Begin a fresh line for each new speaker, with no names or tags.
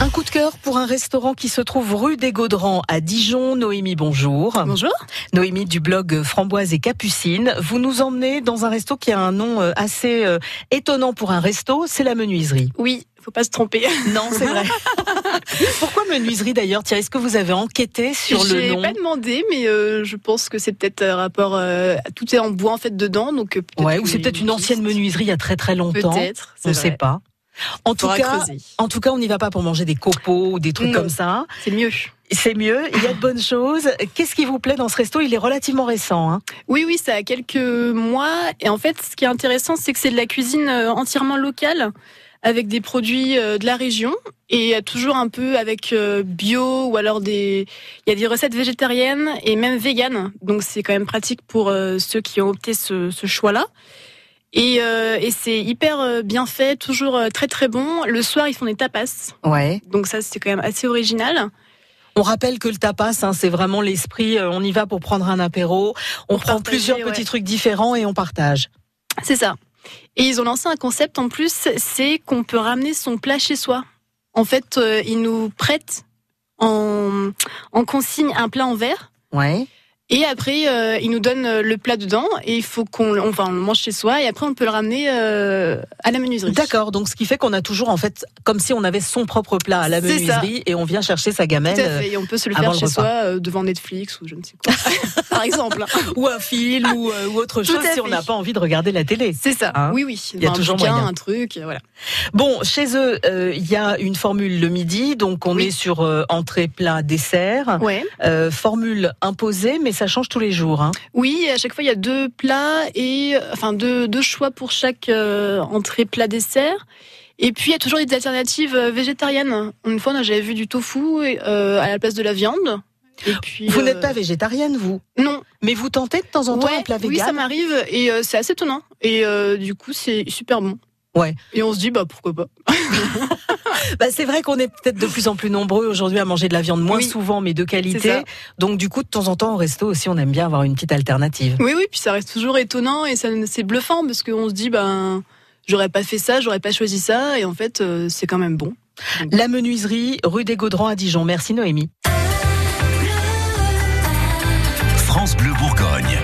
Un coup de cœur pour un restaurant qui se trouve rue des Gaudrons à Dijon. Noémie, bonjour.
Bonjour.
Noémie du blog Framboise et Capucine. Vous nous emmenez dans un resto qui a un nom euh, assez euh, étonnant pour un resto, c'est la menuiserie.
Oui, faut pas se tromper.
Non, c'est vrai. Pourquoi menuiserie d'ailleurs Tiens, est-ce que vous avez enquêté sur le
J'ai
nom
pas demandé, mais euh, je pense que c'est peut-être un rapport. euh, tout est en bois en fait dedans, donc. euh, peut-être
Ouais, ou
que-
c'est peut-être une ancienne menuiserie il y a très très longtemps.
Peut-être.
On
c'est
ne
vrai.
sait pas. En tout,
Faudra
cas,
creuser.
en tout cas, on n'y va pas pour manger des copeaux ou des trucs
Non.
comme ça.
C'est mieux.
C'est mieux, il y a de bonnes choses. Qu'est-ce qui vous plaît dans ce resto Il est relativement récent. hein.
Oui, oui, ça a quelques mois. Et en fait, ce qui est intéressant, c'est que c'est de la cuisine euh, entièrement locale, avec des produits euh, de la région et euh, toujours un peu avec euh, bio ou alors des. Il y a des recettes végétariennes et même véganes. Donc c'est quand même pratique pour euh, ceux qui ont opté ce, ce choix-là. Et, euh, et c'est hyper euh, bien fait, toujours euh, très très bon. Le soir, ils font des tapas.
Ouais.
Donc ça, c'est quand même assez original.
On rappelle que le tapas, hein, c'est vraiment l'esprit. euh, on y va pour prendre un apéro. On
Pour
prend
partager,
plusieurs
ouais.
petits trucs différents et on partage.
C'est ça. Et ils ont lancé un concept en plus, c'est qu'on peut ramener son plat chez soi. En fait, euh, ils nous prêtent en, en consigne un plat en verre.
Ouais.
Et après, euh, ils nous donnent euh, le plat dedans et il faut qu'on le- enfin, on le mange chez soi et après on peut le ramener euh, à la menuiserie.
D'accord. Donc, ce qui fait qu'on a toujours, en fait, comme si on avait son propre plat à la
C'est ça.
menuiserie et on vient chercher sa
Tout à
gamelle euh,
fait. Et on peut se le
avant
faire
le
chez
repas.
soi euh, devant Netflix ou je ne sais quoi, par exemple.
ou un film ou, euh, ou autre
Ah, Tout
chose
à
si on
fait.
n'a pas envie de regarder la télé.
C'est ça.
Hein
oui, oui.
Il y a
un
toujours
bouquin,
moyen.
un truc, euh, voilà.
Bon, chez eux, euh, il y a une formule le midi, donc on
Oui.
est sur euh, entrée, plat, dessert.
Ouais.
Euh, formule imposée, mais ça change tous les jours. hein.
Oui, à chaque fois il y a deux plats et euh, enfin deux, deux choix pour chaque euh, entrée plat dessert. Et puis il y a toujours des alternatives euh, végétariennes. Une fois, on a- j'avais vu du tofu et, euh, à la place de la viande. Et puis
Vous
euh,
n'êtes pas végétarienne, vous,
non.
mais vous tentez de temps en temps
Ouais,
un plat
oui, ça
vegan.
m'arrive et euh, c'est assez étonnant. Et euh, du coup, c'est super bon.
Ouais.
Et on se dit bah pourquoi pas.
Bah, c'est vrai qu'on est peut-être de plus en plus nombreux aujourd'hui à manger de la viande moins
Oui.
souvent, mais de
C'est
qualité.
ça.
Donc du coup, de temps en temps, au resto aussi, on aime bien avoir une petite alternative.
Oui, oui. Puis ça reste toujours étonnant et ça c'est bluffant parce qu'on se dit ben j'aurais pas fait ça, j'aurais pas choisi ça et en fait euh, c'est quand même bon. Mm.
La menuiserie, rue des Gaudrans à Dijon. Merci Noémie.
France Bleu Bourgogne.